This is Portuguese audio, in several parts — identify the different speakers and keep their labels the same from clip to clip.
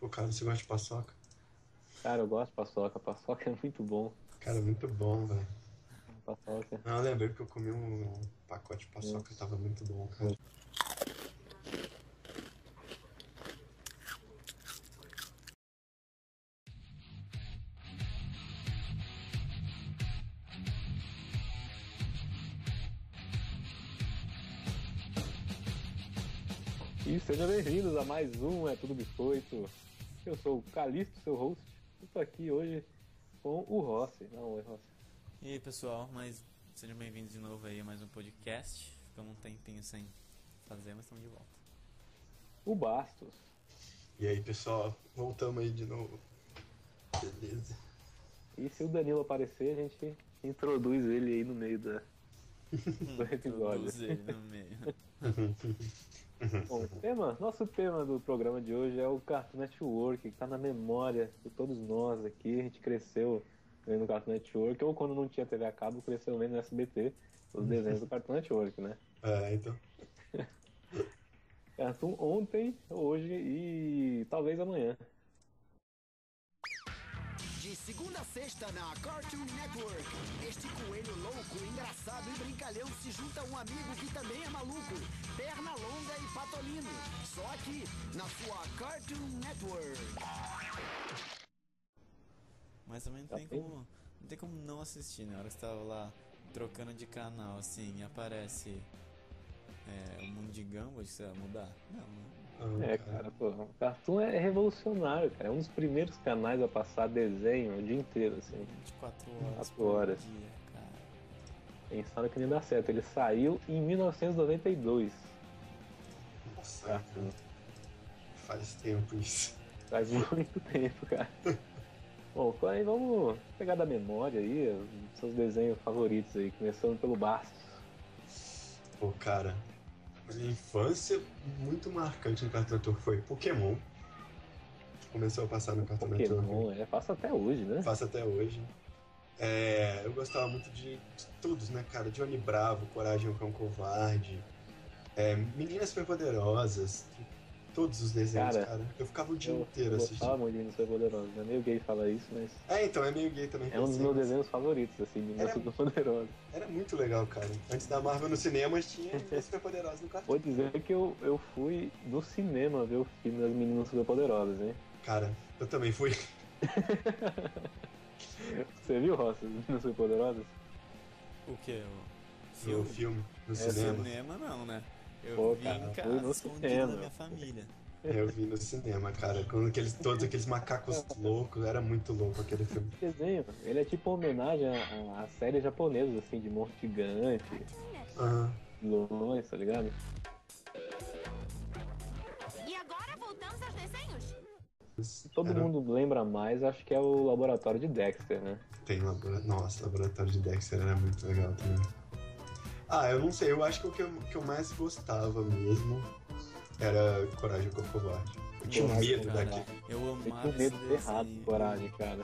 Speaker 1: Pô, cara, você gosta de paçoca?
Speaker 2: Cara, eu gosto de paçoca. Paçoca é muito bom.
Speaker 1: Cara, muito bom, velho.
Speaker 2: Paçoca.
Speaker 1: Ah, eu lembrei porque eu comi um pacote de paçoca, tava muito bom, cara.
Speaker 2: E sejam bem-vindos a mais um É Tudo Biscoito. Eu sou o Calixto, seu host. E tô aqui hoje com o Rossi. Não, oi, Rossi.
Speaker 3: E aí pessoal, mas sejam bem-vindos de novo aí a mais um podcast. Ficamos um tempinho sem fazer, mas estamos de volta.
Speaker 2: O Bastos.
Speaker 1: E aí, pessoal, voltamos aí de novo. Beleza.
Speaker 2: E se o Danilo aparecer, a gente introduz ele aí no meio da, do episódio.
Speaker 3: Introduz ele no meio.
Speaker 2: Bom, o tema, nosso tema do programa de hoje é o Cartoon Network, que está na memória de todos nós aqui. A gente cresceu vendo o Cartoon Network, ou quando não tinha TV a cabo, cresceu vendo no SBT os desenhos do Cartoon Network, né?
Speaker 1: É, então.
Speaker 2: Cartoon ontem, hoje e talvez amanhã.
Speaker 4: De segunda a sexta na Cartoon Network. Este coelho louco, engraçado e brincalhão se junta a um amigo que também é maluco. Perna longa e patolino. Só aqui na sua Cartoon Network.
Speaker 3: Mas também não
Speaker 2: Tá
Speaker 3: tem como. Não tem como não assistir, né? Na hora que você tava lá trocando de canal, assim, e aparece é, o Mundigão, hoje você vai mudar? Não, né?
Speaker 1: Ah,
Speaker 2: É, cara, pô, o Cartoon é revolucionário, cara. É um dos primeiros canais a passar desenho o dia inteiro, assim.
Speaker 3: 24 horas
Speaker 2: 24
Speaker 3: por
Speaker 2: horas.
Speaker 3: dia, cara.
Speaker 2: Pensaram que não ia dar certo. Ele saiu em 1992.
Speaker 1: Nossa,
Speaker 2: Tá.
Speaker 1: cara. Faz tempo isso.
Speaker 2: Faz muito tempo, cara. Bom, então aí vamos pegar da memória aí os seus desenhos favoritos aí, começando pelo Bastos.
Speaker 1: Pô, cara, minha infância muito marcante no Cartoon Network foi Pokémon. Começou a passar no Cartoon Network.
Speaker 2: Pokémon, é, passa até hoje, né?
Speaker 1: faço até hoje. É, eu gostava muito de, de todos, né, cara? Johnny Bravo, Coragem é um Cão Covarde, é, Meninas Superpoderosas, todos os desenhos, cara.
Speaker 2: Cara,
Speaker 1: Eu ficava o dia
Speaker 2: eu
Speaker 1: inteiro
Speaker 2: gostava
Speaker 1: assistindo.
Speaker 2: muito de Meninos Poderosos, é meio gay falar isso, mas
Speaker 1: É, então, é meio gay também.
Speaker 2: é um dos
Speaker 1: pensei,
Speaker 2: meus
Speaker 1: mas
Speaker 2: desenhos favoritos, assim, Meninos
Speaker 1: Era-
Speaker 2: Superpoderosos.
Speaker 1: Era muito legal, cara. Antes da Marvel nos cinemas tinha Meninas Superpoderosas no cartão.
Speaker 2: Vou dizer que eu, eu fui do cinema ver o filme das Meninas Superpoderosas, hein?
Speaker 1: Cara, eu também fui.
Speaker 2: Você viu, Rossi, as Meninas Superpoderosas?
Speaker 3: O que? O
Speaker 1: No
Speaker 3: filme?
Speaker 1: filme, no
Speaker 2: É,
Speaker 3: No
Speaker 1: cinema.
Speaker 3: cinema não, né? Eu
Speaker 2: Pô,
Speaker 3: vi
Speaker 2: cara,
Speaker 3: em
Speaker 2: foi
Speaker 3: casa,
Speaker 2: no
Speaker 3: escondido
Speaker 2: cinema.
Speaker 3: da minha família.
Speaker 1: É, Eu vi no cinema, cara. Com aqueles, todos aqueles macacos loucos. Era muito louco aquele filme.
Speaker 2: Esse desenho, ele é tipo uma homenagem à, à série japonesa, assim, de monstro gigante,
Speaker 1: Aham.
Speaker 2: vilões, tá ligado?
Speaker 5: E agora voltamos aos desenhos?
Speaker 2: Todo
Speaker 1: Era-
Speaker 2: mundo lembra mais, acho que é o laboratório de Dexter, né?
Speaker 1: Tem labora... Nossa, laboratório de Dexter era muito legal também. Ah, eu não sei, eu acho que o que eu, que eu mais gostava mesmo era Coragem com Covarde. Eu tinha
Speaker 2: Coragem
Speaker 1: medo
Speaker 3: Cara,
Speaker 1: daqui.
Speaker 3: Eu
Speaker 2: Tem
Speaker 3: assim,
Speaker 2: que
Speaker 3: amava
Speaker 2: ter medo
Speaker 3: esse
Speaker 2: de errado,
Speaker 3: desenho.
Speaker 2: coragem, cara.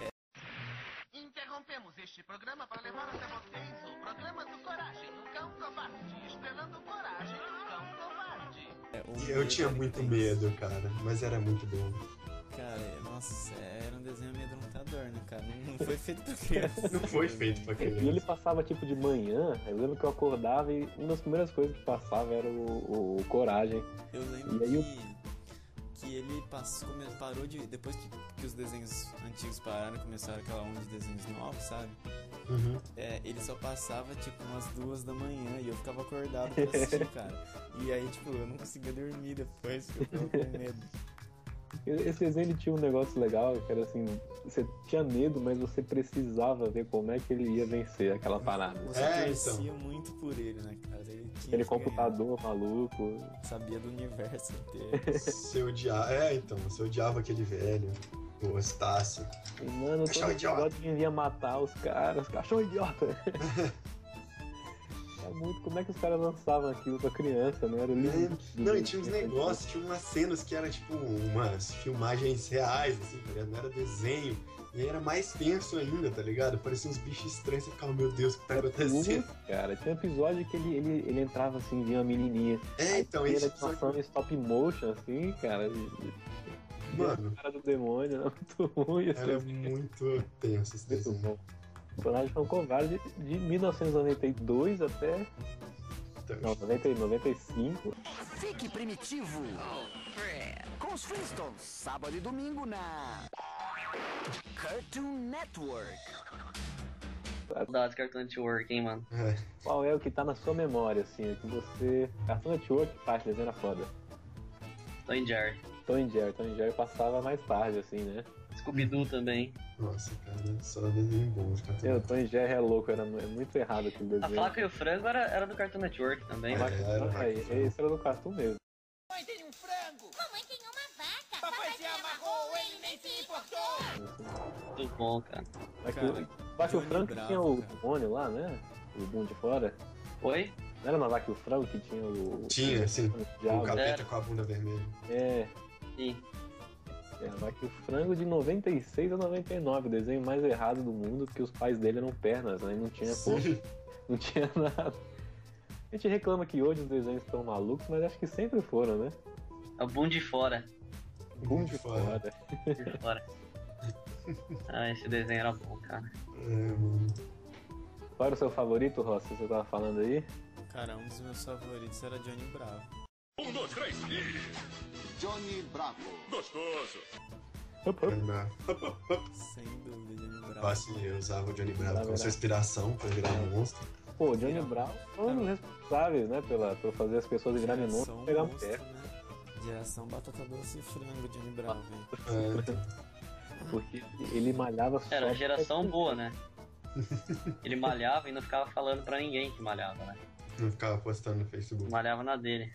Speaker 4: Interrompemos este programa para levar até vocês o programa do Coragem, o Cão Covarde. Estrelando Coragem, o Cão Covarde.
Speaker 3: É, o
Speaker 1: E eu tinha
Speaker 3: humor
Speaker 1: muito
Speaker 3: dele tem-
Speaker 1: medo, cara, mas era muito bom.
Speaker 3: Cara, é- nossa, era um desenho amedrontador, né, cara? Não foi feito pra criança.
Speaker 1: Não foi feito pra
Speaker 2: E ele
Speaker 1: criança.
Speaker 2: passava tipo de manhã, eu lembro que eu acordava e uma das primeiras coisas que passava era o, o- o Coragem.
Speaker 3: Eu
Speaker 2: E
Speaker 3: lembro
Speaker 2: aí o-
Speaker 3: que, que ele passou, come- parou de. Depois que, que os desenhos antigos pararam e começaram aquela onda de desenhos novos, sabe?
Speaker 1: Uhum.
Speaker 3: É, ele só passava tipo umas duas da manhã e eu ficava acordado pra assistir, cara. E aí, tipo, eu não conseguia dormir depois, porque eu ficava com medo.
Speaker 2: E- Esse desenho ele tinha um negócio legal, que era assim, você tinha medo, mas você precisava ver como é que ele ia vencer aquela parada.
Speaker 3: Você
Speaker 1: É,
Speaker 3: torcia muito por ele, né, cara? Ele tinha
Speaker 2: Aquele
Speaker 3: que ganhar.
Speaker 2: computador maluco.
Speaker 3: Sabia do universo inteiro.
Speaker 1: Se odiava. É, então, se odiava aquele velho, o Ostácio.
Speaker 2: E, mano, todo
Speaker 1: Cachorro idiota.
Speaker 2: episódio ele ia matar os caras, cachorro idiota. é muito, como é que os caras lançavam aquilo pra criança, né? Era lindo.
Speaker 1: Não, e tinha uns negócios, tinha umas cenas que eram tipo umas filmagens reais, assim, tá ligado? Não era desenho. E aí era mais tenso ainda, tá ligado? Parecia uns bichos estranhos, você ficava, meu Deus, o que tá acontecendo?
Speaker 2: Muito, cara. Tinha um episódio que ele, ele, ele entrava assim, via uma menininha.
Speaker 1: É, então, isso.
Speaker 2: Era animação em stop motion, assim, cara. e-
Speaker 1: Mano,
Speaker 2: O cara do demônio era muito ruim.
Speaker 1: era
Speaker 2: Assim,
Speaker 1: muito tenso esse
Speaker 2: muito
Speaker 1: desenho
Speaker 2: bom. Os personagens são covardes um de, de 1992 até. Não,
Speaker 1: também.
Speaker 2: 90, e 95.
Speaker 4: Fique primitivo. Com os Flintstones, sábado e domingo na Cartoon Network.
Speaker 6: Da hora do Cartoon Network, hein, mano.
Speaker 1: É.
Speaker 2: Qual é o que tá na sua memória, assim? Que você. Cartoon Network, pá, esse desenho era foda.
Speaker 6: Tom e Jerry.
Speaker 2: Tom e Jerry, Tom e Jerry passava mais tarde, assim, né?
Speaker 6: Scooby-Doo também.
Speaker 1: Nossa, cara, só desenho bom de cartão.
Speaker 2: Meu, Tom e Jerry é louco, era mu- é muito errado aquele
Speaker 6: A
Speaker 2: desenho.
Speaker 6: Faca e Ah, o Frango era, era do Cartoon Network também.
Speaker 1: É. era
Speaker 2: Ah,
Speaker 1: mais-
Speaker 2: é- Esse era do Cartoon mesmo.
Speaker 5: Mamãe tem uma vaca. um Papai se amarrou, ele nem se importou.
Speaker 6: Muito bom, cara.
Speaker 2: assim. Mas
Speaker 3: Cara,
Speaker 2: o- Vaca e o
Speaker 3: Johnny
Speaker 2: Franco
Speaker 3: Bravo,
Speaker 2: tinha o
Speaker 3: cara.
Speaker 2: demônio lá, né? O bum de fora.
Speaker 6: Oi?
Speaker 2: Não era na Vaca e o Franco que tinha o.
Speaker 1: Tinha, sim.
Speaker 2: o
Speaker 1: O
Speaker 2: diabo?
Speaker 1: capeta com a bunda vermelha.
Speaker 2: É,
Speaker 6: Sim.
Speaker 2: é, a Vaca e o Frango de 96 a 99, o desenho mais errado do mundo, porque os pais dele eram pernas, né? Não tinha pô,
Speaker 1: Sim.
Speaker 2: não tinha nada. A gente reclama que hoje os desenhos estão malucos, mas acho que sempre foram, né?
Speaker 6: A Bum É de Fora.
Speaker 2: Bum de fora.
Speaker 6: De fora. Ah, esse desenho era bom, cara.
Speaker 1: É, mano.
Speaker 2: Qual era o seu favorito, Rossi? Você tava falando aí?
Speaker 3: Cara, um dos meus favoritos era Johnny Bravo.
Speaker 4: Johnny Bravo.
Speaker 1: Johnny Bravo.
Speaker 3: Sem dúvida, Johnny Bravo.
Speaker 1: Assim, um eu usava o Johnny Bravo
Speaker 2: Bravo,
Speaker 1: como sua
Speaker 2: né?
Speaker 1: inspiração pra virar um monstro.
Speaker 2: Pô, o Johnny Brown foi um dos responsáveis, né? Pela, por fazer as pessoas virarem monstros e pegar um pé.
Speaker 3: né? Geração batata doce e frango, Johnny Bravo, hein?
Speaker 1: É, então,
Speaker 2: Porque ele malhava só.
Speaker 6: Era uma
Speaker 2: pra-
Speaker 6: geração boa, né? Ele malhava e não ficava falando pra ninguém que malhava, né?
Speaker 1: não ficava postando no Facebook.
Speaker 6: Malhava na dele.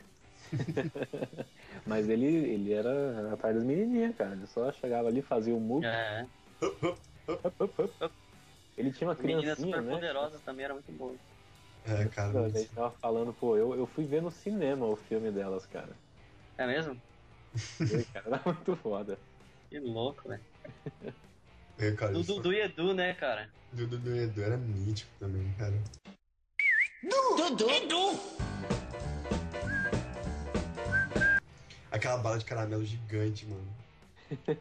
Speaker 2: Mas ele, ele era atrás das menininhas, cara. Ele só chegava ali, fazia o muco.
Speaker 6: É.
Speaker 2: up, up, up. Ele tinha uma
Speaker 6: Meninas
Speaker 2: criancinha,
Speaker 6: super
Speaker 2: né?
Speaker 6: poderosas também era muito boa.
Speaker 1: É, cara.
Speaker 2: Não,
Speaker 1: mas-
Speaker 2: Ele tava falando, pô, eu, eu fui ver no cinema o filme delas, cara.
Speaker 6: É mesmo?
Speaker 2: E, cara era muito foda.
Speaker 6: Que louco, velho.
Speaker 1: É, cara,
Speaker 6: Do
Speaker 1: isso-
Speaker 6: Dudu e Edu, né, cara?
Speaker 1: do Dudu e Edu era mítico também, cara.
Speaker 4: Dudu.
Speaker 1: Aquela bala de caramelo gigante, mano.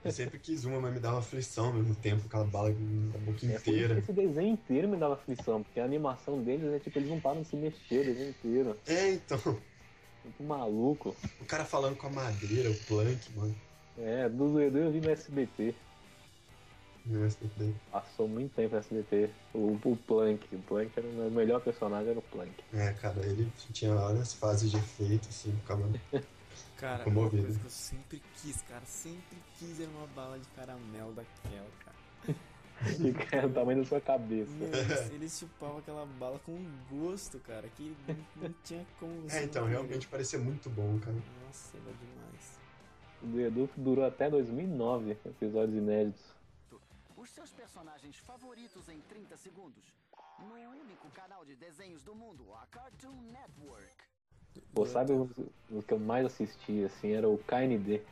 Speaker 1: Eu sempre quis uma, mas me dava aflição ao mesmo tempo, aquela bala na boca
Speaker 2: É, por isso que
Speaker 1: inteira.
Speaker 2: Esse desenho inteiro me dava aflição, porque a animação deles é tipo, eles não param de se mexer o desenho inteiro.
Speaker 1: É, então.
Speaker 2: Muito maluco.
Speaker 1: O cara falando com a madeira, o plank, mano.
Speaker 2: É, do Zuedu eu vi no SBT.
Speaker 1: No SBT.
Speaker 2: Passou muito tempo no SBT. O, o Plank. O Plank era o melhor personagem, era o Plank.
Speaker 1: É, cara, ele tinha várias fases de efeito, assim, ficava.
Speaker 3: Cara, é uma
Speaker 1: Comovido.
Speaker 3: coisa que eu sempre quis, cara, sempre quis era uma bala de caramelo daquela, cara.
Speaker 2: E cara, o tamanho da sua cabeça.
Speaker 3: Meu, eles, eles chupavam aquela bala com gosto, cara, que não, não tinha como você
Speaker 1: É,
Speaker 3: não
Speaker 1: então,
Speaker 3: comer.
Speaker 1: realmente parecia muito bom, cara.
Speaker 3: Nossa, era demais.
Speaker 2: O do Edu durou até 2009, episódios inéditos.
Speaker 4: Os seus personagens favoritos em 30 segundos. No único canal de desenhos do mundo, a Cartoon Network.
Speaker 2: Pô, sabe o, o que eu mais assisti, assim, era o KND.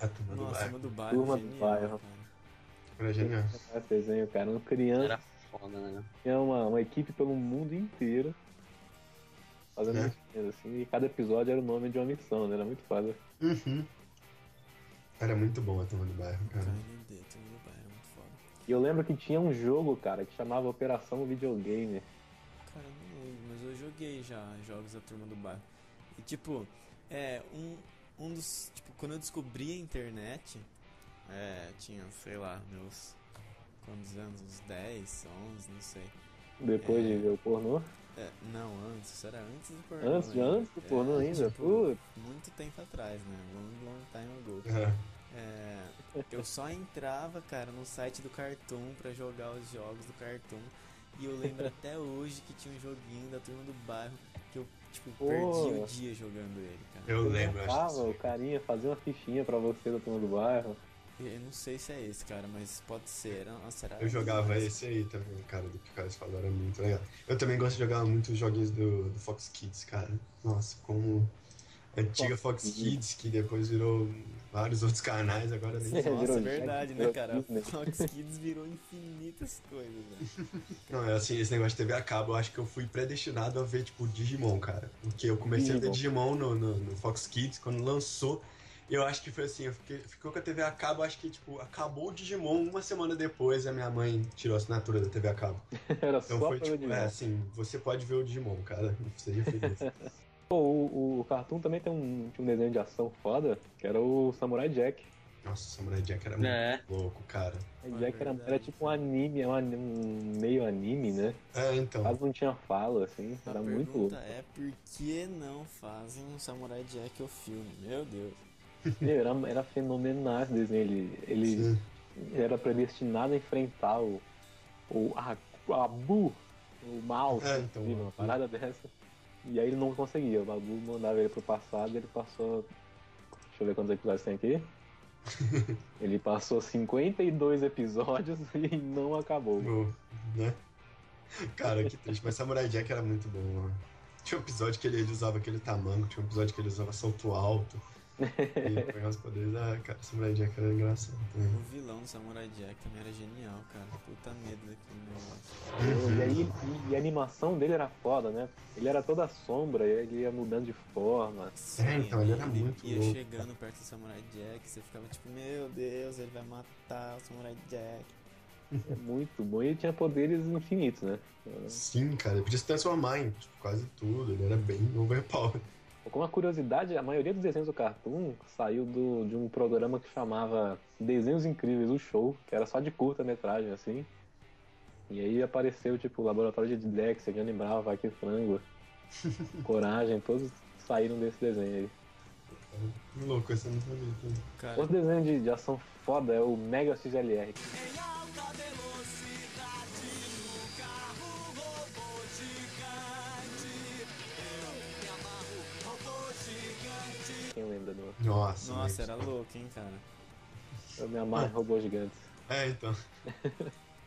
Speaker 1: A turma do
Speaker 3: Nossa,
Speaker 1: bairro.
Speaker 3: uma do bairro, é
Speaker 2: Turma do
Speaker 3: genial,
Speaker 2: bairro.
Speaker 3: cara.
Speaker 1: Era genial.
Speaker 2: Esse desenho, cara. Um criança
Speaker 6: Era foda, né?
Speaker 2: tinha É uma, uma equipe pelo mundo inteiro. Fazendo
Speaker 1: É.
Speaker 2: missões, assim, e cada episódio era o nome de uma missão, né? Era muito foda.
Speaker 1: Uhum. Era muito bom a turma do bairro, cara.
Speaker 3: KND, Turma do bairro, é muito foda.
Speaker 2: E eu lembro que tinha um jogo, cara, que chamava Operação Videogame.
Speaker 3: Cara, eu não lembro, mas eu joguei já jogos da Turma do Bairro. E tipo, é, um, um dos. Tipo, quando eu descobri a internet, é, tinha, sei lá, meus. Quantos anos? Uns 10, 11, não sei.
Speaker 2: Depois
Speaker 3: É.
Speaker 2: de ver o pornô.
Speaker 3: É, não, antes, isso era antes do pornô.
Speaker 2: Antes, de
Speaker 3: ainda.
Speaker 2: antes do
Speaker 3: É,
Speaker 2: pornô ainda.
Speaker 3: tipo,
Speaker 2: Putz,
Speaker 3: muito tempo atrás, né? Long, long time ago.
Speaker 1: Era.
Speaker 3: É, eu só entrava, cara, no site do Cartoon pra jogar os jogos do Cartoon. E eu lembro até hoje que tinha um joguinho da turma do bairro que eu, tipo,
Speaker 2: Pô.
Speaker 3: perdi o dia jogando ele, cara.
Speaker 1: Eu lembro, eu
Speaker 2: marcava,
Speaker 1: acho.
Speaker 2: o carinha fazia uma fichinha pra você da turma do bairro.
Speaker 3: Eu, eu não sei se é esse, cara, mas pode ser. Nossa, era
Speaker 1: Eu jogava
Speaker 3: demais.
Speaker 1: esse aí também, cara, do que o Carlos falou, era muito legal. Eu também gosto de jogar muito os joguinhos do, do Fox Kids, cara. Nossa, como a antiga Fox
Speaker 2: Kids.
Speaker 1: Kids, que depois virou vários outros canais, agora nem.
Speaker 2: Virou
Speaker 3: Nossa,
Speaker 2: Jack,
Speaker 3: é verdade, né,
Speaker 2: virou
Speaker 3: cara? O
Speaker 2: Disney.
Speaker 3: Fox Kids virou infinitas coisas, velho.
Speaker 1: Não, é assim, esse negócio de TV a cabo, eu acho que eu fui predestinado a ver, tipo, Digimon, cara. Porque eu comecei a ver Digimon no, no, no Fox Kids quando lançou. Eu acho que foi assim, eu fiquei- ficou com a TV a cabo, acho que, tipo, acabou o Digimon uma semana depois a minha mãe tirou a assinatura da TV a cabo.
Speaker 2: Era
Speaker 1: Então
Speaker 2: só
Speaker 1: foi,
Speaker 2: pelo
Speaker 1: tipo,
Speaker 2: Digimon.
Speaker 1: é, assim, você pode ver o Digimon, cara, seja feliz.
Speaker 2: Pô, o, o Cartoon também tem um, tinha um desenho de ação foda, que era o Samurai Jack.
Speaker 1: Nossa, o Samurai Jack era muito
Speaker 6: É.
Speaker 1: louco, cara.
Speaker 2: Samurai
Speaker 3: Ah,
Speaker 2: Jack era,
Speaker 3: verdade.
Speaker 2: era tipo um anime, um, ani- um meio anime, né?
Speaker 1: É, então.
Speaker 2: Quase não tinha fala, assim.
Speaker 3: A
Speaker 2: Era muito louco.
Speaker 3: pergunta é por que não fazem um Samurai Jack o filme? Meu Deus.
Speaker 2: Meu, Era, era fenomenal esse desenho. Ele, ele,
Speaker 1: Sim.
Speaker 2: ele era predestinado a enfrentar o, o a- o Abu, o mal,
Speaker 1: É, então,
Speaker 2: assim,
Speaker 1: o
Speaker 2: uma
Speaker 1: Abu.
Speaker 2: parada dessa. E aí ele não conseguia. O Abu mandava ele pro passado, ele passou. Deixa eu ver quantos episódios tem aqui. ele passou 52 episódios e não acabou.
Speaker 1: Meu, né? Cara, que triste. Mas Samurai Jack era muito bom, mano. Tinha um episódio que ele, ele usava aquele tamanho, tinha um episódio que ele usava salto alto. E pegava os poderes. Ah, cara, Samurai Jack era engraçado.
Speaker 3: O
Speaker 1: Né?
Speaker 3: vilão do Samurai Jack também era genial, cara. Puta medo daquele
Speaker 2: E
Speaker 3: negócio.
Speaker 1: Uhum.
Speaker 2: aí e a animação dele era foda, né? Ele era toda sombra, ele ia mudando de forma.
Speaker 3: Sim,
Speaker 1: então, ele era muito
Speaker 3: ia
Speaker 1: louco,
Speaker 3: chegando perto do Samurai Jack, você ficava tipo, meu Deus, ele vai matar o Samurai Jack.
Speaker 2: É muito bom. E ele tinha poderes infinitos, né?
Speaker 1: Sim, cara, ele podia se transformar em tipo, quase tudo. Ele era bem overpower.
Speaker 2: Com uma curiosidade, a maioria dos desenhos do Cartoon saiu do, de um programa que chamava Desenhos Incríveis, o show, que era só de curta-metragem, assim. E aí apareceu, tipo, o Laboratório de Dexter, Johnny Bravo, Vai Que Frango, Coragem, todos saíram desse desenho aí.
Speaker 1: Que louco, essa eu não sabia. também.
Speaker 3: Cara,
Speaker 2: Outro desenho de, de ação foda é o Mega XLR. Quem lembra do...
Speaker 1: Nossa.
Speaker 3: nossa,
Speaker 1: né?
Speaker 3: era louco, hein, cara.
Speaker 2: Eu me amarro em robôs gigantes.
Speaker 1: É, então.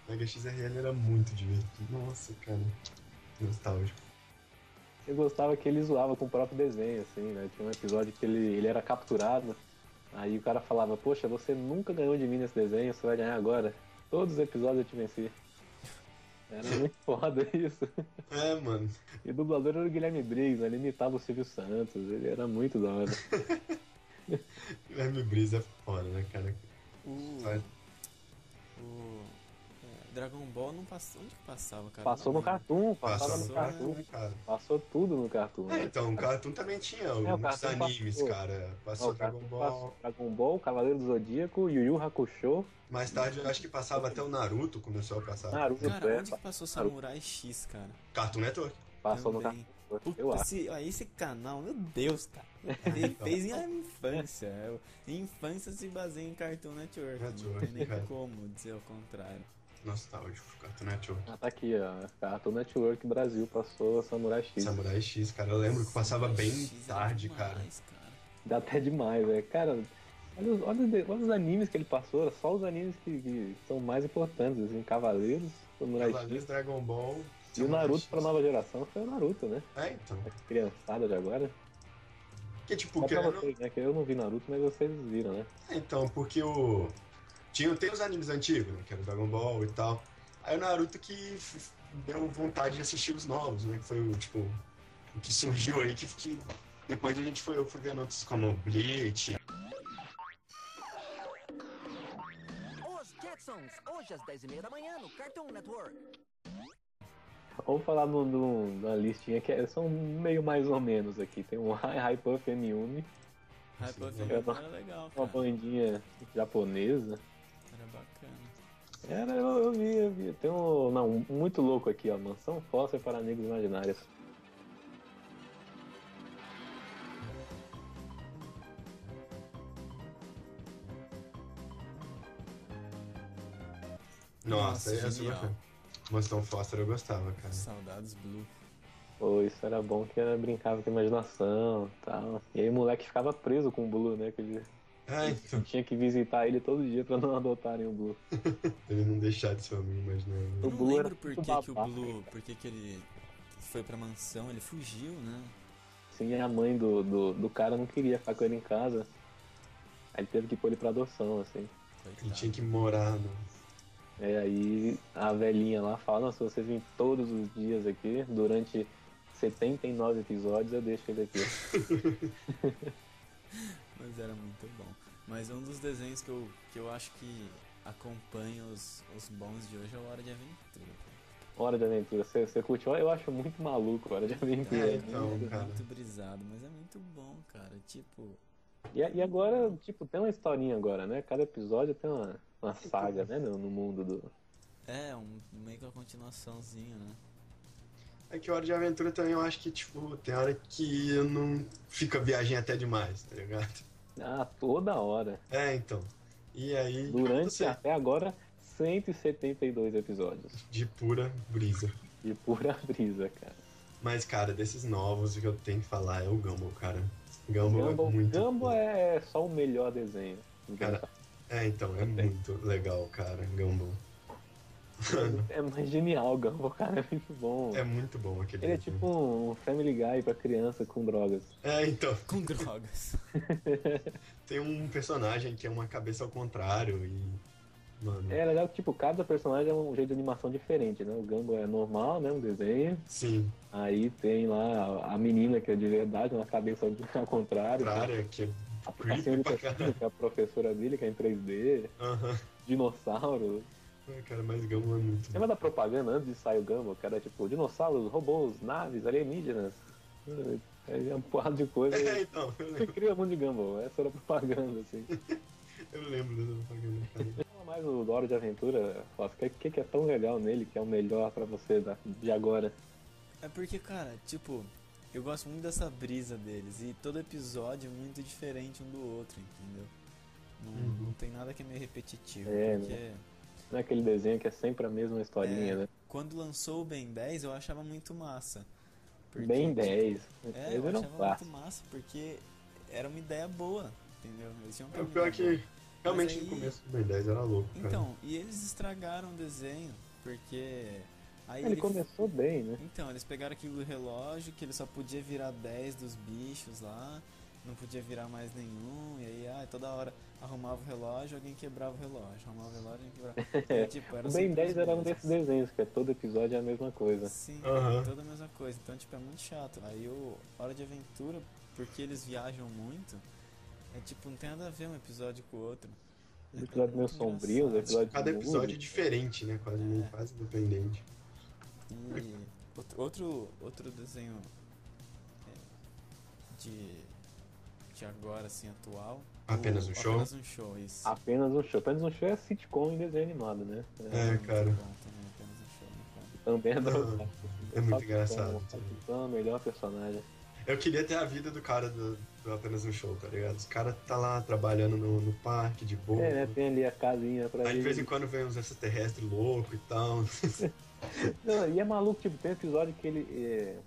Speaker 1: Mega XRL era muito divertido. Nossa, cara. Nostálgico.
Speaker 2: Eu gostava que ele zoava com o próprio desenho, assim, né? Tinha um episódio que ele, ele era capturado, aí o cara falava, poxa, você nunca ganhou de mim nesse desenho, você vai ganhar agora. Todos os episódios eu te venci. Era muito foda isso.
Speaker 1: É, mano.
Speaker 2: E o dublador era o Guilherme Briggs, né? ele imitava o Silvio Santos, ele era muito da hora.
Speaker 1: Guilherme Brisa é foda, né, cara?
Speaker 2: Hum,
Speaker 3: O.
Speaker 1: Vai.
Speaker 3: O. é, Dragon Ball não passou. Onde que passava, cara?
Speaker 2: Passou
Speaker 3: Não
Speaker 2: no cartoon, passava
Speaker 1: Passa
Speaker 2: no
Speaker 3: Passou,
Speaker 2: cartoon.
Speaker 1: né, cara?
Speaker 2: Passou tudo no cartoon.
Speaker 1: É,
Speaker 2: Né?
Speaker 1: então, o Cartoon também tinha
Speaker 2: É, o
Speaker 1: alguns
Speaker 2: Cartoon
Speaker 1: animes,
Speaker 2: passou.
Speaker 1: cara.
Speaker 2: Ó,
Speaker 1: Passou
Speaker 2: o
Speaker 1: Dragon
Speaker 2: cartoon
Speaker 1: Ball.
Speaker 2: passou Dragon Ball, Cavaleiro do Zodíaco, Yu Yu Hakusho,
Speaker 1: Mais tarde, eu acho que passava até o Naruto, começou a passar.
Speaker 2: Naruto,
Speaker 3: lembro. Cara,
Speaker 2: é,
Speaker 3: onde que passou Samurai X, cara?
Speaker 1: Cartoon Network.
Speaker 2: passou no
Speaker 3: Também.
Speaker 2: cartoon.
Speaker 3: Puta,
Speaker 2: Eu acho.
Speaker 3: esse, ó, esse canal, meu Deus, cara. Ele
Speaker 1: então.
Speaker 3: fez a infância. Eu- Infância se baseia em Cartoon Network. não
Speaker 1: Network,
Speaker 3: tem nem
Speaker 1: cara.
Speaker 3: como dizer o contrário.
Speaker 1: Nostálgico, Cartoon Network.
Speaker 2: Ah, tá aqui, ó. Cartoon Network Brasil passou Samurai X.
Speaker 1: Samurai X, cara, eu lembro que passava
Speaker 3: Samurai
Speaker 1: Tá bem
Speaker 3: X era
Speaker 1: tarde, cara.
Speaker 3: demais, cara.
Speaker 2: Dá até demais, velho. Cara, olha os, olha os de- olha os animes que ele passou, era só os animes que, que são mais importantes, assim, Cavaleiros, Samurai
Speaker 1: Cavaleiros,
Speaker 2: X.
Speaker 1: Dragon Ball.
Speaker 2: E o
Speaker 1: Samurai
Speaker 2: Naruto
Speaker 1: X.
Speaker 2: pra nova geração foi o Naruto, né?
Speaker 1: É, então.
Speaker 2: A criançada de agora.
Speaker 1: Porque, tipo,
Speaker 2: Só pra
Speaker 1: querendo.
Speaker 2: vocês, né? Que eu não vi Naruto, mas vocês viram, né?
Speaker 1: É, então, porque o. Tinha, tem os animes antigos, né? Que era o Dragon Ball e tal. Aí o Naruto que f- f- deu vontade de assistir os novos, né? Que foi o, tipo, o que surgiu aí, que, que depois a gente foi, eu fui vendo outros como Bleach.
Speaker 4: Os Jetsons, hoje às 10h30 da manhã no Cartoon Network.
Speaker 2: Vamos falar num- num- numa listinha que é- são meio mais ou menos aqui. Tem um High Puff M1,
Speaker 3: Hype
Speaker 1: Sim,
Speaker 3: Up
Speaker 1: eu
Speaker 2: não-
Speaker 3: era legal,
Speaker 2: uma
Speaker 3: cara.
Speaker 2: bandinha japonesa.
Speaker 3: Era bacana.
Speaker 2: Era, eu, eu vi, eu vi. Tem um. Não, um muito louco aqui, ó. Mansão Fóssil para Amigos Imaginários.
Speaker 1: Nossa,
Speaker 3: Nossa,
Speaker 1: essa é
Speaker 3: genial.
Speaker 1: bacana. Mostão Foster eu gostava, cara.
Speaker 3: Saudades Blue.
Speaker 2: Pô, isso era bom que era, brincava com a imaginação e tal. E aí o moleque ficava preso com o Blue, né? Que ele
Speaker 1: Ai, então,
Speaker 2: tinha que visitar ele todo dia pra não adotarem o Blue.
Speaker 1: ele não deixar de ser amigo, mas
Speaker 2: O
Speaker 3: Eu
Speaker 1: não. né.
Speaker 3: não
Speaker 2: Blue era
Speaker 3: lembro por
Speaker 2: muito
Speaker 3: que, que o
Speaker 2: babaca,
Speaker 3: Blue. Por que, que ele foi pra mansão, ele fugiu, né?
Speaker 2: Sim, a mãe do, do, do cara não queria ficar com ele em casa. Aí ele teve que pôr ele pra adoção, assim.
Speaker 1: Ele tinha
Speaker 3: Coitado.
Speaker 1: que morar né. no.
Speaker 2: É, aí a velhinha lá fala, se você vir todos os dias aqui, durante 79 episódios, eu deixo ele aqui.
Speaker 3: Mas era muito bom. Mas um dos desenhos que eu, que eu acho que acompanha os, os bons de hoje é o Hora de Aventura. cara.
Speaker 2: Hora de Aventura, você, você curte? Eu acho muito maluco Hora de Aventura.
Speaker 1: É, então,
Speaker 3: muito,
Speaker 1: cara.
Speaker 3: muito brisado, mas é muito bom, cara. Tipo,
Speaker 2: E, e agora, tipo, tem uma historinha agora, né? Cada episódio tem uma, uma saga, né? No, no mundo do.
Speaker 3: é um meio que uma continuaçãozinha, né?
Speaker 1: É que Hora de Aventura também eu acho que, tipo, tem hora que eu não fica viagem até demais, tá ligado?
Speaker 2: Ah, toda hora.
Speaker 1: É, então. E aí, não
Speaker 2: Durante
Speaker 1: sei,
Speaker 2: até agora, 172 episódios.
Speaker 1: de pura brisa.
Speaker 2: De pura brisa, cara.
Speaker 1: Mas, cara, desses novos o que eu tenho que falar é o Gumball, cara. Gumball, é
Speaker 2: Gumball,
Speaker 1: muito.
Speaker 2: Gumball é só o melhor desenho.
Speaker 1: Cara, É, então, é muito legal, cara. Gumball.
Speaker 2: É mais genial o Gumball, cara. É muito bom.
Speaker 1: É muito bom aquele.
Speaker 2: Ele é
Speaker 1: desenho.
Speaker 2: tipo um Family Guy pra criança com drogas.
Speaker 1: É, então.
Speaker 3: Com drogas.
Speaker 1: Tem um personagem que é uma cabeça ao contrário e. Mano.
Speaker 2: É legal que, tipo, cada personagem é um jeito de animação diferente, né? O Gumball é normal, né? Um desenho.
Speaker 1: Sim,
Speaker 2: Aí tem lá a menina que é de verdade, uma cabeça ao contrário.
Speaker 1: contrária, que é
Speaker 2: A
Speaker 1: creepy
Speaker 2: senhorita
Speaker 1: pra caralho.
Speaker 2: Chino, que é a professora dele, que é em 3D.
Speaker 1: Aham.
Speaker 2: Dinossauro.
Speaker 1: É, Cara, mas Gumball é muito bom.
Speaker 2: Lembra da propaganda antes de sair o Gumball? Que era tipo, dinossauros, robôs, naves, alienígenas. É uma porrada de coisa.
Speaker 1: É, então, eu
Speaker 2: Você
Speaker 1: lembro,
Speaker 2: cria o mundo de Gumball. Essa era a propaganda, assim.
Speaker 1: eu lembro dessa propaganda, cara.
Speaker 2: Fala mais do Hora de Aventura, Fosca. O que, que, que é tão legal nele, que é o melhor pra você da- de agora?
Speaker 3: É porque, cara, tipo, eu gosto muito dessa brisa deles. E todo episódio é muito diferente um do outro, entendeu? Não,
Speaker 1: Uhum.
Speaker 3: não tem nada que é meio repetitivo.
Speaker 2: É,
Speaker 3: porque
Speaker 2: Não é aquele desenho que é sempre a mesma historinha,
Speaker 3: É,
Speaker 2: né?
Speaker 3: quando lançou o Ben 10, eu achava muito massa. Porque,
Speaker 2: Bem
Speaker 3: tipo,
Speaker 2: 10.
Speaker 3: É,
Speaker 2: Eles
Speaker 3: eu
Speaker 2: eram
Speaker 3: achava muito
Speaker 2: clássicos.
Speaker 3: massa, porque era uma ideia boa, entendeu? Eles tinham
Speaker 1: É o pior
Speaker 3: terminado.
Speaker 1: que realmente
Speaker 3: Mas aí-
Speaker 1: no começo do Ben 10 era louco, cara.
Speaker 3: Então, e eles estragaram o desenho, porque. Aí
Speaker 2: Ele começou bem, né?
Speaker 3: Então, eles pegaram aquilo do relógio, que ele só podia virar 10 dos bichos lá, não podia virar mais nenhum, e aí ai, toda hora arrumava o relógio, alguém quebrava o relógio, arrumava o relógio, alguém quebrava. E, tipo,
Speaker 2: O
Speaker 3: eram
Speaker 2: Ben
Speaker 3: sempre
Speaker 2: 10
Speaker 3: os
Speaker 2: era um
Speaker 3: mesmos.
Speaker 2: desses desenhos, que é todo episódio é a mesma coisa.
Speaker 3: Sim,
Speaker 1: Aham.
Speaker 3: toda a mesma coisa. Então, tipo, é muito chato. Aí o Hora de Aventura, porque eles viajam muito, é tipo, não tem nada a ver um episódio com o outro. É
Speaker 2: Os episódios meio
Speaker 3: Muito
Speaker 2: sombrios, os
Speaker 3: engraçado.
Speaker 2: episódios.
Speaker 1: Cada episódio é
Speaker 2: de...
Speaker 1: diferente, né? Quase,
Speaker 2: É.
Speaker 1: meio- quase independente.
Speaker 3: E outro, outro, outro desenho é, de, de agora, assim, atual.
Speaker 1: Apenas
Speaker 3: o-
Speaker 1: um show?
Speaker 3: Apenas um show, isso.
Speaker 2: Apenas um show. Apenas um show é sitcom em desenho animado, né?
Speaker 1: É,
Speaker 3: Muito
Speaker 1: cara.
Speaker 3: bom também, apenas um show, muito bom.
Speaker 2: Também é drogado.
Speaker 1: É muito engraçado.
Speaker 2: Então, melhor personagem.
Speaker 1: Eu queria ter a vida do cara do, do Apenas um Show, tá ligado? Os cara tá lá trabalhando no, no parque, de boa.
Speaker 2: É, né? Tem ali a casinha pra
Speaker 1: Aí de
Speaker 2: ele.
Speaker 1: vez em quando vem uns extraterrestres loucos e tal.
Speaker 2: Não, e é maluco, tipo, tem episódio que ele. é,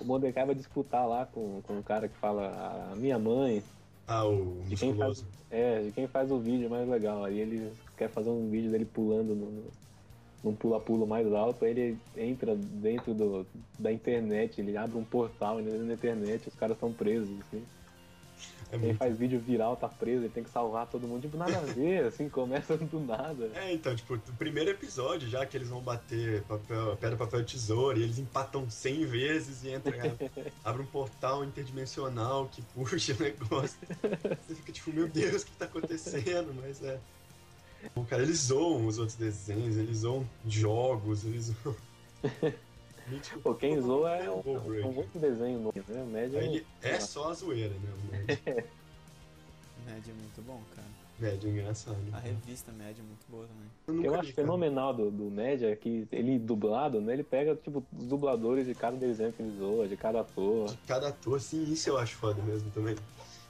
Speaker 2: o Mordecai vai disputar lá com, com um cara que fala a minha mãe,
Speaker 1: Ah, o
Speaker 2: de quem, faz,
Speaker 1: musculoso.
Speaker 2: é, de quem faz o vídeo mais legal. Aí ele quer fazer um vídeo dele pulando no- no- num pula-pulo mais alto, aí ele entra dentro do, da internet, ele abre um portal, ele entra na internet, os caras estão presos, assim.
Speaker 1: É,
Speaker 2: Quem
Speaker 1: muito...
Speaker 2: faz vídeo viral tá preso, ele tem que salvar todo mundo, tipo, nada a ver, assim, começa do nada.
Speaker 1: é, então, tipo, no primeiro episódio já que eles vão bater papel, pedra, papel, tesoura, e eles empatam 100 vezes e entram, abre um portal interdimensional que puxa o negócio. Você fica tipo, meu Deus, o que tá acontecendo? Mas é. Bom, cara, eles zoam os outros desenhos, eles zoam jogos, eles zoam. Gente,
Speaker 2: Pô, quem zoa é um,
Speaker 1: Gumball Break.
Speaker 2: um outro desenho novo, né? O médio
Speaker 1: Aí ele- é só a zoeira, né? O Mad.
Speaker 3: Mad é muito bom, cara.
Speaker 1: Mad é engraçado.
Speaker 3: A revista Mad é muito boa também.
Speaker 1: nunca
Speaker 2: Eu
Speaker 1: li,
Speaker 2: acho
Speaker 1: cara.
Speaker 2: fenomenal do, do Média é que ele dublado, né? Ele pega, tipo, os dubladores de cada desenho que ele zoa, de cada ator.
Speaker 1: de cada ator, assim, isso eu acho foda mesmo também.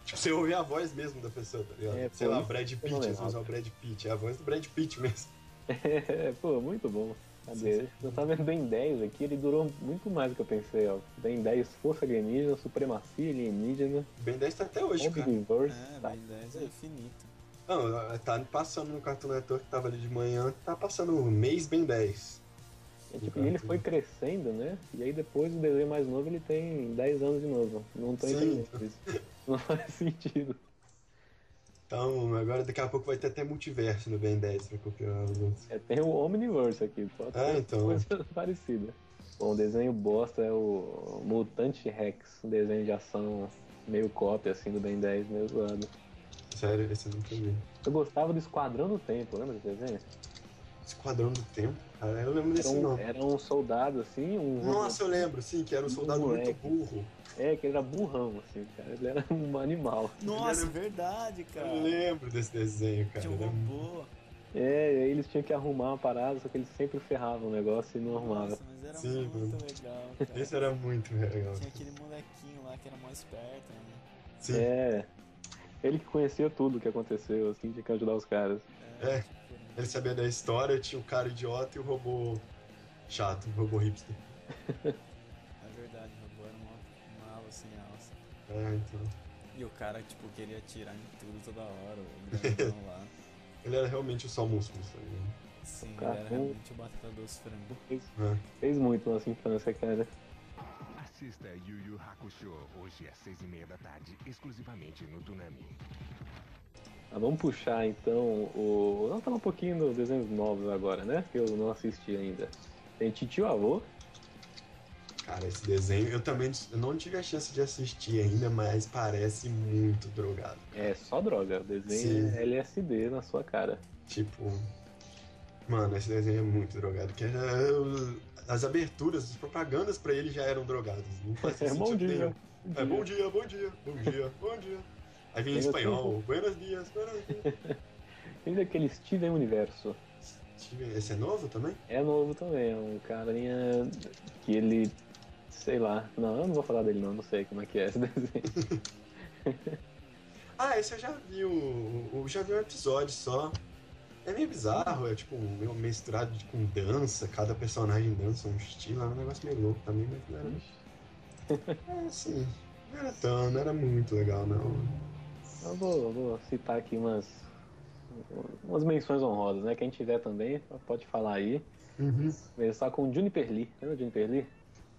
Speaker 1: Tipo, você ouve a voz mesmo da pessoa, tá ligado?
Speaker 2: É,
Speaker 1: Sei
Speaker 2: pô,
Speaker 1: lá,
Speaker 2: isso
Speaker 1: Brad
Speaker 2: é
Speaker 1: Pitt,
Speaker 2: fenomenal.
Speaker 1: eles vão usar o Brad Pitt, é a voz do Brad Pitt mesmo.
Speaker 2: É, pô, muito bom. Cadê? Eu tava vendo Ben 10 aqui, ele durou muito mais do que eu pensei, ó. Ben 10, Força Alienígena, Supremacia Alienígena,
Speaker 1: O Ben 10 tá até hoje, cara.
Speaker 2: Omniverse.
Speaker 3: É,
Speaker 2: tá?
Speaker 3: Ben 10 é infinito.
Speaker 1: Não, tá passando no Cartoon Network que tava ali de manhã, tá passando o mês Ben 10.
Speaker 2: É, tipo, e ele foi crescendo, né? E aí depois o desenho mais novo ele tem 10 anos de novo. Não tô
Speaker 1: Sim.
Speaker 2: entendendo isso. Não faz sentido.
Speaker 1: Então, agora daqui a pouco vai ter até multiverso no Ben 10 pra copiar os outros.
Speaker 2: É, tem o Omniverse aqui, só tem
Speaker 1: Ah, então.
Speaker 2: coisa é parecida. Bom, o desenho bosta é o Mutante Rex, um desenho de ação meio cópia, assim, do Ben 10, meio zoado.
Speaker 1: Sério, esse eu nunca vi.
Speaker 2: Eu gostava do Esquadrão do Tempo, lembra desse desenho?
Speaker 1: Esquadrão do Tempo? Cara, eu lembro
Speaker 2: Era
Speaker 1: desse
Speaker 2: um,
Speaker 1: nome.
Speaker 2: era um soldado, assim, um...
Speaker 1: Nossa, eu lembro, sim, que era um soldado muito
Speaker 2: Moleque.
Speaker 1: burro.
Speaker 2: É, que ele era burrão, assim, cara. Ele era um animal.
Speaker 3: Nossa, É verdade, cara.
Speaker 1: Eu lembro desse desenho, cara.
Speaker 3: Tinha um
Speaker 1: Ele é
Speaker 3: robô.
Speaker 2: É, e aí eles tinham que arrumar uma parada, só que eles sempre ferravam o negócio e não arrumavam.
Speaker 3: Nossa, mas era
Speaker 1: Sim,
Speaker 3: muito
Speaker 1: mano.
Speaker 3: legal, cara.
Speaker 1: Esse era muito legal.
Speaker 3: Tinha aquele molequinho lá que era mó esperto, né?
Speaker 1: Sim,
Speaker 2: É. Ele que conhecia tudo o que aconteceu, assim, tinha que ajudar os caras.
Speaker 1: É.
Speaker 3: tipo, né?
Speaker 1: ele sabia da história, tinha o cara idiota e o robô chato, o robô hipster.
Speaker 3: É verdade, o robô era uma, uma ala sem assim, alça.
Speaker 1: É, então.
Speaker 3: E o cara, tipo, queria atirar em tudo toda hora, o grandão lá.
Speaker 1: Ele era realmente o Salmon Sus, tá ligado?
Speaker 3: Sim, ele
Speaker 2: Cara,
Speaker 3: era
Speaker 2: um-
Speaker 3: realmente o batata dos frangos.
Speaker 2: Fez,
Speaker 1: É.
Speaker 2: fez muito nossa infância, cara.
Speaker 7: Assista Yu Yu Hakusho hoje às seis e meia da tarde, exclusivamente no Tunami.
Speaker 2: Ah, vamos puxar então o. Vamos falar um pouquinho dos desenhos novos agora, né? Que eu não assisti ainda. Tem Titio Avô,
Speaker 1: Cara, esse desenho, eu também eu não tive a chance de assistir ainda, mas parece muito drogado.
Speaker 2: é só droga. O desenho
Speaker 1: Sim.
Speaker 2: é LSD na sua cara.
Speaker 1: Tipo, mano, esse desenho é muito drogado. Que era- as aberturas, as propagandas pra ele já eram drogadas. Não fazia
Speaker 2: É bom
Speaker 1: sentido
Speaker 2: dia.
Speaker 1: nenhum. É bom dia, bom dia, bom dia, bom dia. Aí vem em
Speaker 2: Eu
Speaker 1: espanhol, buenos dias, buenos dias.
Speaker 2: Tem aquele Steven Universo.
Speaker 1: Tive- Esse é novo também?
Speaker 2: É novo também, é um carinha que ele. Sei lá. Não, eu não vou falar dele não, não sei como é que é esse desenho.
Speaker 1: Ah, esse eu já vi, o, o- já vi um episódio só. É meio bizarro, é tipo meio misturado de- com dança, cada personagem dança um estilo, é um negócio meio louco também, mas não era, é assim, não era tão, não era muito legal não.
Speaker 2: Eu vou, vou citar aqui umas. Umas menções honrosas, né? Quem tiver também, pode falar aí.
Speaker 1: Uhum.
Speaker 2: Começar com Juniper Lee. Lembra Juniper Lee?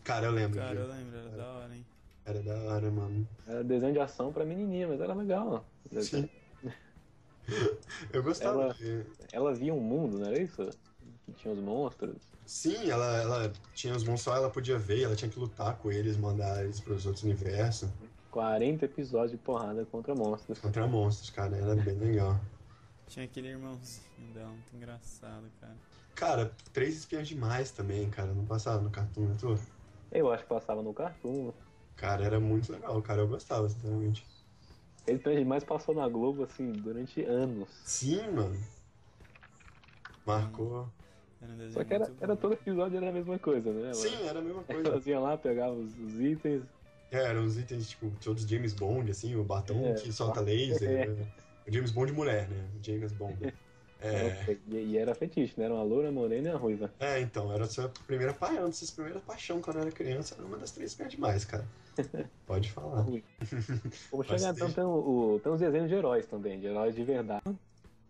Speaker 1: Cara, eu lembro,
Speaker 3: Cara, eu
Speaker 1: disso.
Speaker 3: lembro, era da hora, hein?
Speaker 1: era da hora, mano.
Speaker 2: Era desenho de ação pra menininha, mas era legal.
Speaker 1: Sim. Eu gostava
Speaker 2: Ela-
Speaker 1: de...
Speaker 2: Ela via um mundo, não era isso? Que tinha os monstros.
Speaker 1: Sim, ela, ela tinha os monstros, ela podia ver, ela tinha que lutar com eles, mandar eles pros outros universos.
Speaker 2: 40 episódios de porrada contra monstros.
Speaker 1: Contra monstros, cara, era bem legal.
Speaker 3: Tinha aquele irmãozinho dela, muito engraçado, cara.
Speaker 1: Cara, Três Espiãs Demais também, cara, não passava no Cartoon Network.
Speaker 2: Eu acho que passava no Cartoon.
Speaker 1: Cara, era muito legal, cara, eu gostava, sinceramente.
Speaker 2: Ele também mais passou na Globo, assim, durante anos.
Speaker 1: Sim, mano. Marcou.
Speaker 3: Era um desenho
Speaker 2: Só que era,
Speaker 3: muito bom.
Speaker 2: era todo episódio era a mesma coisa, né? Ela-
Speaker 1: Sim, era a mesma coisa.
Speaker 2: Elas iam lá, pegavam os, os itens.
Speaker 1: É, eram os itens, tipo, todos James Bond, assim, o batom
Speaker 2: É.
Speaker 1: que solta laser.
Speaker 2: É.
Speaker 1: né? O James Bond mulher, né? O James Bond. É.
Speaker 2: E, e era fetiche, né? Era uma loura, morena e uma ruiva.
Speaker 1: É, então, era a sua primeira paixão, suas primeiras paixão quando eu era criança, era uma das três pés demais, cara. Pode falar.
Speaker 2: Vamos
Speaker 1: Mas
Speaker 2: chegar
Speaker 1: tem-
Speaker 2: então, tem, o, tem uns desenhos de heróis também, de heróis de verdade.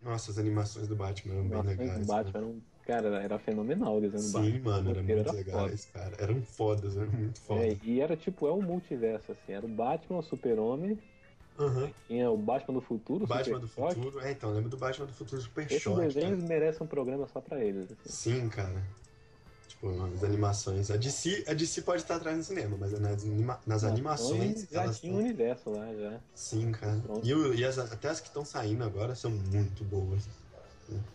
Speaker 1: Nossa, as animações do Batman eram bem
Speaker 2: Nossa,
Speaker 1: legais. né?
Speaker 2: o
Speaker 1: cara.
Speaker 2: Batman era um. Cara, era fenomenal o desenho do Batman.
Speaker 1: Sim, mano,
Speaker 2: O
Speaker 1: eram
Speaker 2: roteiro
Speaker 1: muito
Speaker 2: era
Speaker 1: legais, cara. Eram fodas, eram muito
Speaker 2: É,
Speaker 1: fodas.
Speaker 2: e era tipo, é um multiverso, assim. Era o Batman, o Super-Homem,
Speaker 1: Aham.
Speaker 2: tinha o Batman do Futuro, o
Speaker 1: Batman do
Speaker 2: Super-Choque.
Speaker 1: Futuro. É, então, lembra do Batman do Futuro Super
Speaker 2: Esses
Speaker 1: Choque.
Speaker 2: desenhos
Speaker 1: cara.
Speaker 2: merecem um programa só pra eles. assim.
Speaker 1: Sim, cara. Tipo, as animações. A DC, a DC pode estar atrás no cinema, mas é nas, anima- nas animações,
Speaker 2: já
Speaker 1: elas
Speaker 2: tinha um
Speaker 1: tão-
Speaker 2: universo lá, já.
Speaker 1: Sim, cara.
Speaker 2: Pronto.
Speaker 1: E, o- e as- até as que estão saindo agora são muito boas.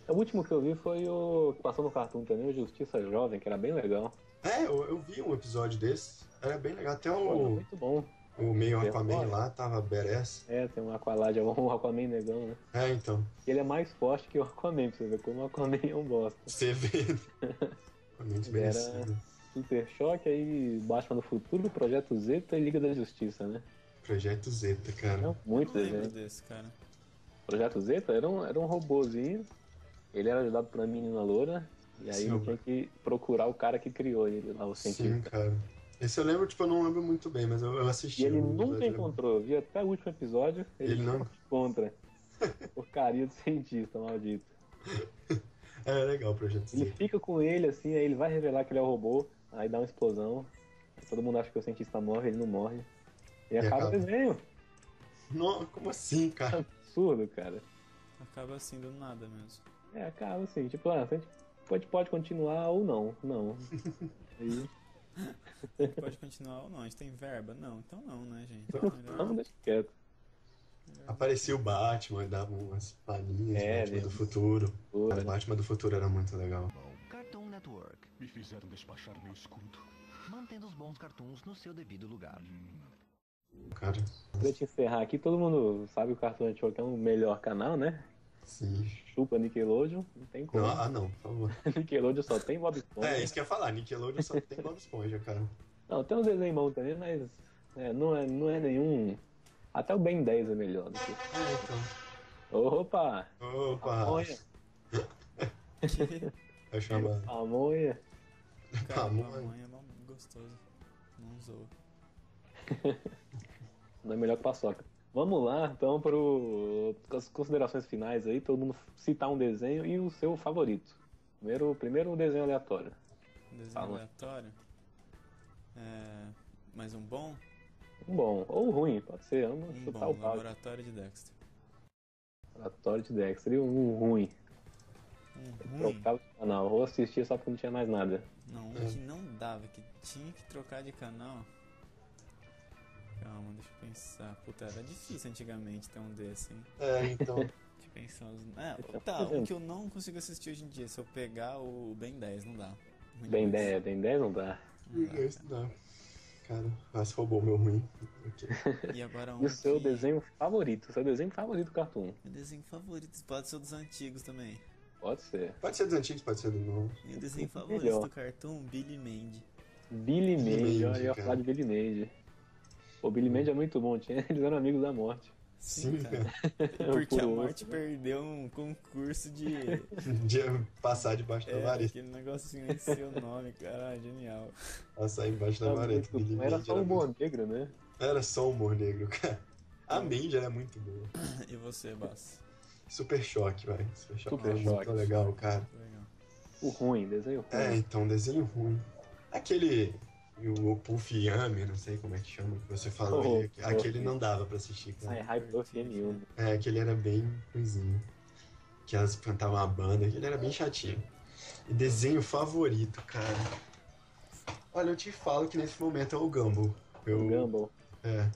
Speaker 2: O último que eu vi foi o que passou no Cartoon também, o Justiça Jovem, que era bem legal.
Speaker 1: É, eu, eu vi um episódio desse. Era bem legal. Até
Speaker 2: Pô, era
Speaker 1: o,
Speaker 2: muito bom.
Speaker 1: o meio
Speaker 2: Bem
Speaker 1: Aquaman
Speaker 2: foda.
Speaker 1: lá tava badass.
Speaker 2: É, tem um Aqualad, um Aquaman negão, né?
Speaker 1: É, então.
Speaker 2: E Ele é mais forte que o Aquaman, pra você ver como o Aquaman é um bosta.
Speaker 1: Você vê. Aquaman desmerecido.
Speaker 2: Super Choque, aí Batman do Futuro, Projeto Zeta e Liga da Justiça, né?
Speaker 1: Projeto Zeta, cara.
Speaker 2: Não, muito
Speaker 3: Eu não lembro
Speaker 2: desenho.
Speaker 3: desse, cara.
Speaker 2: Projeto Zeta era um, era um robôzinho. Ele era ajudado por uma menina loura. E aí
Speaker 1: Sim.
Speaker 2: ele tinha que procurar o cara que criou ele lá, o
Speaker 1: Sim,
Speaker 2: cientista.
Speaker 1: cara. Esse eu lembro, tipo, eu não lembro muito bem, mas eu, eu assisti.
Speaker 2: E ele
Speaker 1: o
Speaker 2: nunca
Speaker 1: episódio.
Speaker 2: encontrou. Vi até o último episódio. Ele,
Speaker 1: Ele não-
Speaker 2: não encontra. Porcaria do cientista, maldito.
Speaker 1: É legal o Projeto
Speaker 2: Ele
Speaker 1: Zeta.
Speaker 2: fica com ele assim, aí ele vai revelar que ele é o robô. Aí dá uma explosão. Todo mundo acha que o cientista morre, ele não morre. E,
Speaker 1: É
Speaker 2: acaba,
Speaker 1: acaba.
Speaker 2: o desenho.
Speaker 1: Não, como assim, cara?
Speaker 2: Absurdo, cara.
Speaker 3: Acaba assim do nada mesmo.
Speaker 2: É, acaba assim. Tipo, ah, a gente pode, pode continuar ou não. Não. Aí
Speaker 3: Pode continuar ou não? A gente tem verba? Não, então não, né, gente?
Speaker 2: Não,
Speaker 3: Melhor-
Speaker 2: deixa quieto.
Speaker 1: Apareceu o Batman, dava umas palhinhas
Speaker 2: É,
Speaker 1: Batman do
Speaker 2: ele-
Speaker 1: futuro.
Speaker 2: Pô,
Speaker 1: Mas Batman do futuro era muito legal.
Speaker 8: Cartoon Network,
Speaker 7: Me fizeram despachar meu escudo.
Speaker 8: mantendo os bons cartoons no seu devido lugar.
Speaker 1: Cara,
Speaker 2: Pra te encerrar aqui, todo mundo sabe que o Cartoon Network é o melhor canal, né?
Speaker 1: sim.
Speaker 2: Chupa Nickelodeon, não tem como.
Speaker 1: Não, ah, não, por favor.
Speaker 2: Nickelodeon só tem Bob Esponja.
Speaker 1: É, isso que eu ia falar. Nickelodeon só tem Bob Esponja, cara.
Speaker 2: Não, tem uns desenhos bons também, mas é, não, é, não é nenhum. Até o Ben 10 é melhor do que.
Speaker 1: É, então.
Speaker 2: Opa!
Speaker 1: Opa! tá
Speaker 2: Pamonha!
Speaker 1: Eu chamo
Speaker 2: Pamonha!
Speaker 3: Cara,
Speaker 1: Tá,
Speaker 3: pamonha.
Speaker 1: mãe.
Speaker 3: é mó gostoso. Não zoa.
Speaker 2: Não é melhor que paçoca. Vamos lá, então, para as considerações finais aí, todo mundo citar um desenho e o seu favorito. Primeiro, primeiro um desenho aleatório.
Speaker 3: Um desenho
Speaker 2: Fala.
Speaker 3: aleatório. É... Mais um bom?
Speaker 2: Um bom ou ruim, pode ser. Vamos
Speaker 3: Um
Speaker 2: chutar
Speaker 3: bom.
Speaker 2: o pau.
Speaker 3: Laboratório de Dexter.
Speaker 2: Aleatório de Dexter e um ruim.
Speaker 3: Um
Speaker 1: Hum.
Speaker 3: ruim?
Speaker 2: Trocava de canal. Ou assistia só porque tipo, não tinha mais nada.
Speaker 3: Não, um
Speaker 1: É.
Speaker 3: que não dava, que tinha que trocar de canal. Calma, deixa eu pensar. Puta, era difícil antigamente ter um desse, hein?
Speaker 1: É, então.
Speaker 3: Deixa eu pensar. Os... É, tá, um que eu não consigo assistir hoje em dia. Se eu pegar o Ben 10, não dá. Muito
Speaker 2: Ben
Speaker 3: difícil.
Speaker 2: 10, Ben 10 não dá.
Speaker 1: Isso dá. Cara, mas roubou meu ruim. Ok.
Speaker 3: E agora um
Speaker 2: E o seu
Speaker 3: que-
Speaker 2: desenho favorito, seu desenho favorito do Cartoon.
Speaker 3: Meu desenho favorito pode ser o dos antigos também.
Speaker 2: Pode ser.
Speaker 1: Pode ser dos antigos, pode ser do novo.
Speaker 3: Meu desenho favorito
Speaker 2: Melhor.
Speaker 3: do cartoon, Billy Mandy.
Speaker 2: Billy Mandy,
Speaker 1: Mandy,
Speaker 2: olha, eu ia
Speaker 1: cara. Hum.
Speaker 2: falar de Billy Mandy. O Billy Mandy é muito bom, tinha, eles eram amigos da morte.
Speaker 1: Sim, cara.
Speaker 2: É um
Speaker 3: Porque a
Speaker 2: Puro
Speaker 3: morte
Speaker 2: osso.
Speaker 3: perdeu um concurso de.
Speaker 1: De passar debaixo da
Speaker 3: É,
Speaker 1: vareta.
Speaker 3: aquele negocinho em seu nome, cara. ah, Genial.
Speaker 1: Passar embaixo da
Speaker 2: Era
Speaker 1: vareta.
Speaker 2: muito
Speaker 1: Billy
Speaker 2: bom, tipo, Era
Speaker 1: Mandy
Speaker 2: só o humor
Speaker 1: muito-
Speaker 2: negro, né?
Speaker 1: Era só o humor negro, cara. A Mandy era muito boa.
Speaker 3: E você, Bass?
Speaker 1: Super choque, vai. Super choque
Speaker 2: Super
Speaker 1: era muito
Speaker 2: Choque.
Speaker 1: legal, cara.
Speaker 3: Legal.
Speaker 2: O ruim, desenho ruim.
Speaker 1: É, então, desenho ruim. Aquele. O Puff Yami, não sei como é que chama, que você falou.
Speaker 2: Oh,
Speaker 1: ele- aquele não dava pra assistir, cara.
Speaker 2: Ai, Hype Buff M1.
Speaker 1: É, aquele era bem ruimzinho. Que elas cantavam a banda, aquele era bem chatinho. E desenho favorito, cara. Olha, eu te falo que nesse momento é o Gumball. Eu,
Speaker 2: O Gumball.
Speaker 1: é.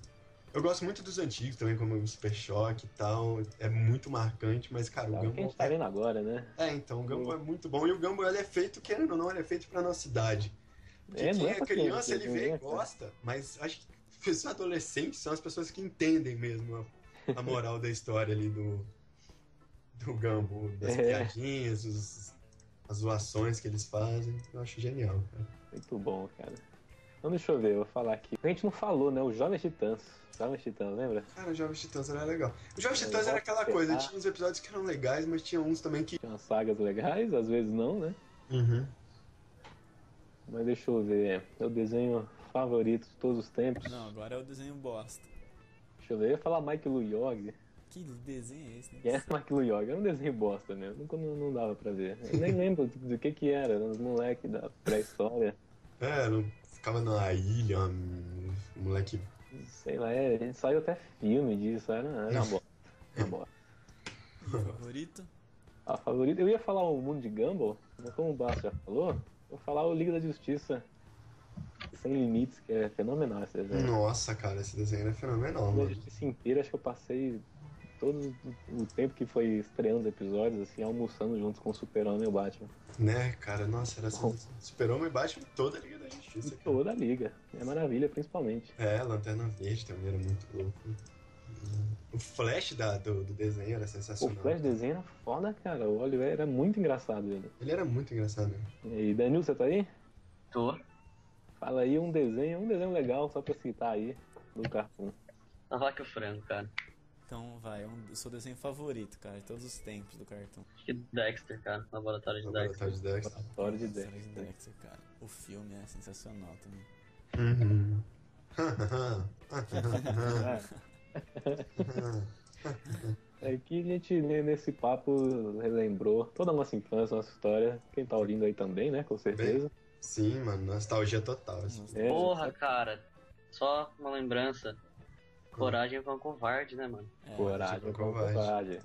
Speaker 1: Eu gosto muito dos antigos também, como o Super Choque e tal. É muito marcante, mas, cara, o
Speaker 2: Tá, o que a
Speaker 1: Gumball.
Speaker 2: gente tá vendo agora, né?
Speaker 1: É, então, o Gumball é muito bom. E o Gumball, ele é feito, querendo ou não, ele é feito pra nossa idade. Porque
Speaker 2: É, não
Speaker 1: quem
Speaker 2: é
Speaker 1: é
Speaker 2: pra
Speaker 1: criança,
Speaker 2: criança,
Speaker 1: ele vê
Speaker 2: né,
Speaker 1: e
Speaker 2: cara?
Speaker 1: gosta. Mas acho que os adolescentes são as pessoas que entendem mesmo a, a moral da história ali do, do Gumball. Das
Speaker 2: É.
Speaker 1: piadinhas, os- as zoações que eles fazem. Eu acho genial, cara.
Speaker 2: Muito bom, cara. Então deixa eu ver, eu vou falar aqui. A gente não falou, né? Os Jovens Titãs. Jovens Titãs, lembra?
Speaker 1: Cara, o Jovem Titãs era legal. O Jovem
Speaker 2: Eu
Speaker 1: Titãs era
Speaker 2: gosto de
Speaker 1: aquela coisa,
Speaker 2: pegar.
Speaker 1: tinha uns episódios que eram legais, mas tinha uns também que...
Speaker 2: Tinha umas sagas legais, às vezes não, né?
Speaker 1: Uhum.
Speaker 2: Mas deixa eu ver. Meu desenho favorito de todos os tempos.
Speaker 3: Não, agora é o desenho bosta.
Speaker 2: Deixa eu ver. Eu ia falar Mike Lu Yogi.
Speaker 3: Que desenho é esse? né?
Speaker 2: E era Mike Lu Yogi. Era um desenho bosta, né? Nunca não, não dava pra ver. Eu nem lembro do que que era. Eram os moleques da pré-história.
Speaker 1: É, não- ficava numa ilha, um moleque
Speaker 2: Sei lá, é, a gente saiu até filme disso. Era, era uma bosta. Uma bosta.
Speaker 3: Favorito?
Speaker 2: A favorita. Eu ia falar o Mundo de Gumball, mas como o Basso já falou, eu vou falar o Liga da Justiça. Sem limites, que é fenomenal esse desenho.
Speaker 1: Nossa, cara, esse desenho era fenomenal,
Speaker 2: Minha
Speaker 1: mano.
Speaker 2: justiça inteira, acho que eu passei todo o tempo que foi estreando os episódios, assim, almoçando junto com o Super-Homem e o Batman.
Speaker 1: Né, cara? Nossa, era
Speaker 2: Bom.
Speaker 1: sensacional. Super-Homem bate em toda a Liga da Justiça, cara.
Speaker 2: Toda a liga. É maravilha, principalmente.
Speaker 1: É, Lanterna Verde também era muito louco. O flash da- do, do desenho era
Speaker 2: O
Speaker 1: sensacional.
Speaker 2: Flash desenho era foda, cara. O Oliver era muito engraçado ele.
Speaker 1: Ele era muito engraçado. né?
Speaker 2: E aí, Danilo, você tá aí?
Speaker 6: Tô.
Speaker 2: Fala aí um desenho, um desenho legal, só pra citar aí, do Cartoon.
Speaker 6: A vaca e o frango, cara.
Speaker 3: Então vai, é um- o seu desenho favorito, cara, de todos os tempos do cartão.
Speaker 6: Acho que Dexter, cara. Laboratório de Dexter.
Speaker 1: Laboratório de Dexter.
Speaker 2: História de
Speaker 3: Nossa,
Speaker 2: Dexter.
Speaker 3: de Dexter, cara. O filme é sensacional também.
Speaker 1: Uhum.
Speaker 2: É que a gente, né, nesse papo, relembrou toda a nossa infância, nossa história. Quem tá ouvindo aí também, né, com certeza.
Speaker 1: Sim, mano, nostalgia total. assim.
Speaker 3: Nossa,
Speaker 2: É,
Speaker 6: Porra, cara. Só uma lembrança. Coragem é um covarde, né, mano?
Speaker 3: é,
Speaker 2: Coragem,
Speaker 1: Tipo,
Speaker 2: com
Speaker 1: covarde.
Speaker 2: coragem.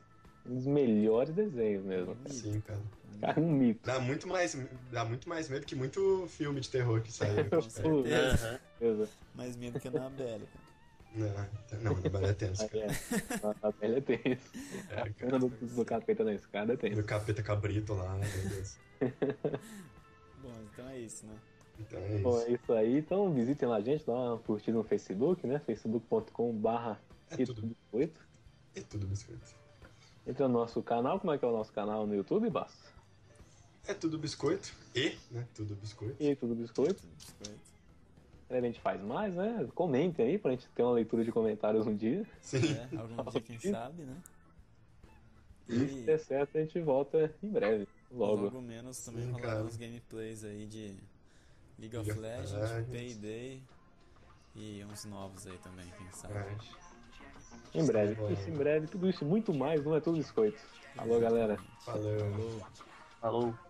Speaker 2: um dos melhores desenhos
Speaker 3: é
Speaker 2: mesmo.
Speaker 1: Sim, cara.
Speaker 2: Cara, um mito.
Speaker 1: Dá muito mais, dá muito mais medo que muito filme de terror que saiu. Tipo,
Speaker 2: Com
Speaker 1: cara.
Speaker 2: certeza.
Speaker 6: Aham.
Speaker 3: Mais medo que a Anabelle. cara.
Speaker 1: Não, não, não vale a pena,
Speaker 2: Aí
Speaker 1: cara.
Speaker 2: é. A velha é tenso.
Speaker 1: É,
Speaker 2: A cena do, do capeta na escada é tenso.
Speaker 1: Do capeta cabrito lá, meu Deus.
Speaker 3: Bom, então é isso, né?
Speaker 1: Então é
Speaker 2: Bom,
Speaker 1: isso.
Speaker 2: é isso aí. Então visitem lá a gente, dá uma curtida no Facebook, né? facebook.com.br
Speaker 1: É tudo, é tudo biscoito.
Speaker 2: Entra no nosso canal, como é que é o nosso canal no YouTube e basta.
Speaker 1: É tudo biscoito. E, né? Tudo biscoito.
Speaker 2: E tudo biscoito.
Speaker 3: Biscoito.
Speaker 2: Aí A gente faz mais, né? Comentem aí pra gente ter uma leitura de comentários um dia.
Speaker 1: Sim. é
Speaker 3: É, algum dia, quem sabe, né?
Speaker 2: E se der certo, a gente volta em breve. Logo.
Speaker 3: Logo menos também
Speaker 1: Sim,
Speaker 3: rolar
Speaker 1: cara.
Speaker 3: uns gameplays aí de League
Speaker 1: League
Speaker 3: of
Speaker 1: of
Speaker 3: Legends,
Speaker 1: Legends.
Speaker 3: Payday e uns novos aí também, quem sabe.
Speaker 1: É.
Speaker 2: Em breve. Isso em breve. Tudo isso e muito mais, não é tudo biscoito. Alô, galera.
Speaker 1: Valeu.
Speaker 3: Falou.
Speaker 6: Falou.